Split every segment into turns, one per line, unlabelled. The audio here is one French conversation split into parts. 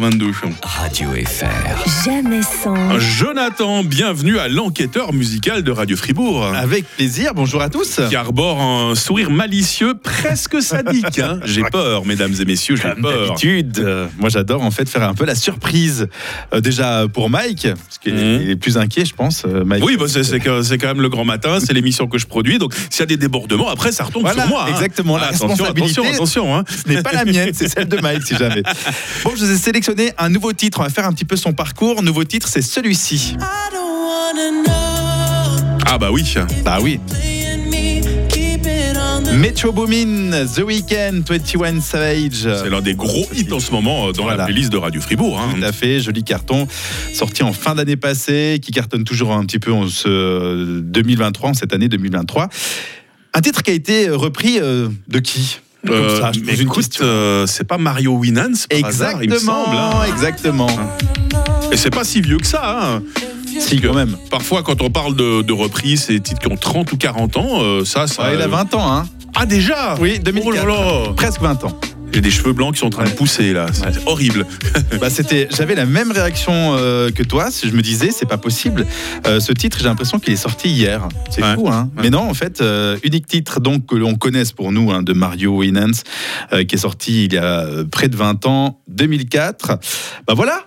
22.
Radio FR.
Jamais sans.
Ah, Jonathan, bienvenue à l'enquêteur musical de Radio Fribourg,
Avec plaisir, bonjour à tous.
qui arbore un sourire malicieux, presque sadique. hein. J'ai peur, mesdames et messieurs, j'ai
Comme
peur.
d'habitude, euh, moi j'adore en fait faire un peu la surprise. Euh, déjà pour Mike, parce qu'il est-
Mhm.
il est plus inquiet, je pense. euh, Mike.
Oui, bah, c'est- c'est que- c'est quand même le grand matin, c'est l'émission que je produis, donc s'il y a des débordements, après ça retombe
Voilà,
sur moi. hein.
exactement, la
attention,
responsabilité-
attention, attention. hein.
Ce n'est pas la mienne, c'est celle de Mike si jamais. Bon, je vous ai sélectionné un nouveau titre. On va faire un petit peu son parcours. Nouveau titre, c'est celui-ci.
I don't wanna know.
Ah bah oui,
Bah oui.
Playing me, keep it on the
Metro Boomin, The Weeknd, 21 Savage.
c'est l'un des gros hits en ce moment euh, dans la
Voilà.
playlist de Radio Fribourg. hein.
Tout à fait, joli carton, sorti en fin d'année passée, qui cartonne toujours un petit peu en ce 2023, en cette année 2023. Un titre qui a été repris euh, de qui Comme
Euh,
ça, je pose
mais
une
écoute,
question.
euh, c'est pas Mario Winans euh, par hasard, il me semble. hein. Ah,
Exactement, exactement.
Et c'est pas si vieux que ça. hein.
Si, quand même.
Parfois, quand on parle de, de reprises, c'est des titres qui ont 30 ou 40 ans. euh, ça, ça.
Ouais, il a 20 ans, hein
Ah, déjà
Oui,
Oh là
2004.
là
Presque 20 ans.
J'ai des cheveux blancs qui sont en train de pousser, là. C'est horrible.
Bah, c'était, j'avais la même réaction euh, que toi. Je me disais, c'est pas possible. Euh, ce titre, j'ai l'impression qu'il est sorti hier. C'est
Ouais.
fou, hein.
Ouais.
Mais non, en fait, euh, unique titre donc que l'on connaisse pour nous hein, de Mario Winans, euh, qui est sorti il y a euh, près de 20 ans, 2004. Bah voilà.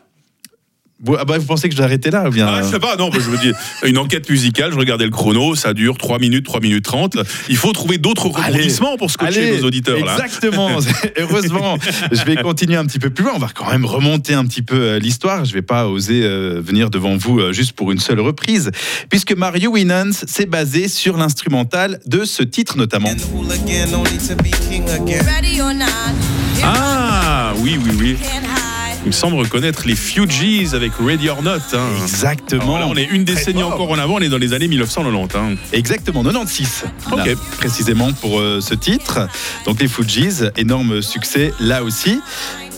Vous, ah bah, vous pensez que j'ai arrêté là ou bien
Ah, je
euh,
sais pas, non, bah, je veux dire, une enquête musicale, je regardais le chrono, ça dure 3 minutes, 3 minutes 30. Il faut trouver d'autres
Allez.
rebondissements pour scotcher
Allez,
nos auditeurs, là.
Exactement. Heureusement, je vais continuer un petit peu plus loin. On va quand même remonter un petit peu euh, l'histoire. Je vais pas oser euh, venir devant vous euh, juste pour une seule reprise, puisque Mario Winans s'est basé sur l'instrumental de ce titre notamment.
again, only to be king again.
Ready or not,
Ah, oui, oui, oui.
can't hide.
Il me semble reconnaître les Fugees avec Ready or Not. hein.
Exactement.
Alors là, on est une décennie encore en avant, on est dans les années 1990. hein.
Exactement, 96.
Ok.
Là, précisément pour euh, ce titre. Donc les Fujis, énorme succès là aussi.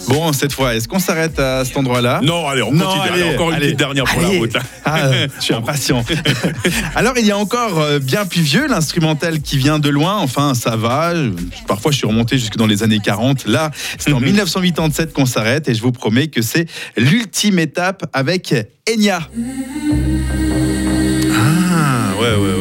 Bon, cette fois, est-ce qu'on s'arrête à cet endroit-là
Non, allez, on
Non,
continue. Allez,
allez,
encore une
allez.
petite dernière pour
Allez.
la route. là.
Ah, je suis impatient. Alors, il y a encore euh, bien plus vieux, l'instrumental qui vient de loin. Enfin, ça va. Je- Parfois, je suis remonté jusque dans les années 40. Là, c'est
Mhm.
en 1987 qu'on s'arrête et je vous promets que c'est l'ultime étape avec Enya.
Ah, ouais, ouais, ouais, ouais, ouais.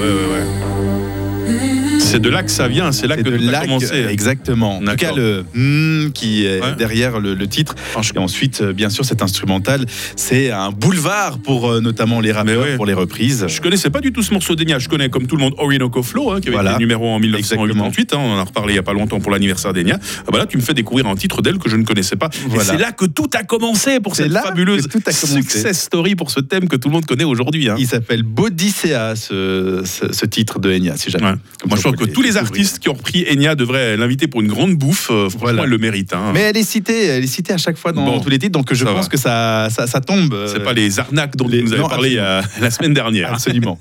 C'est de là que ça vient, c'est là Ah, que
C'est de
tout a
là
commencé.
que- exactement. En tout
D'accord.
cas, le hmm qui est
Ouais.
derrière le, le titre. Et ensuite, euh, bien sûr, cet instrumental, c'est un boulevard pour euh, notamment les rappeurs,
Mais oui.
pour les reprises.
Je connaissais pas du tout ce morceau d'Enya. Je connais comme tout le monde Orinoco Flow, hein, qui avait
Voilà.
été numéro en 1988. hein. on en a reparlé il y a pas longtemps pour l'anniversaire d'Enya. Ah bah là, tu me fais découvrir un titre d'elle que je ne connaissais pas. Et
Voilà.
c'est là que tout a commencé pour
C'est
cette
là
fabuleuse
que tout a commencé.
success story pour ce thème que tout le monde connaît aujourd'hui. hein.
Il s'appelle Bodicea, ce, ce- ce titre de Enya, si jamais.
Ouais.
Comme
Moi, je
ça,
pense
on peut
que tous les
découvrir.
artistes qui ont repris Enya devraient l'inviter pour une grande bouffe. Euh, franchement,
Voilà.
elle le mérite. hein.
Mais elle est citée, elle est citée à chaque fois dans
Bon.
tous les titres, donc je
Ça
pense
va.
que ça, ça, ça tombe. euh,
C'est pas les arnaques dont
les-
vous nous avez
non,
parlé euh, la semaine dernière.
Absolument.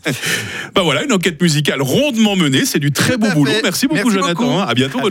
Bah voilà, une enquête musicale rondement menée, c'est du très
Tout
beau
à
boulot.
fait.
Merci beaucoup
Merci
Jonathan.
beaucoup.
hein. À bientôt.
À
bonne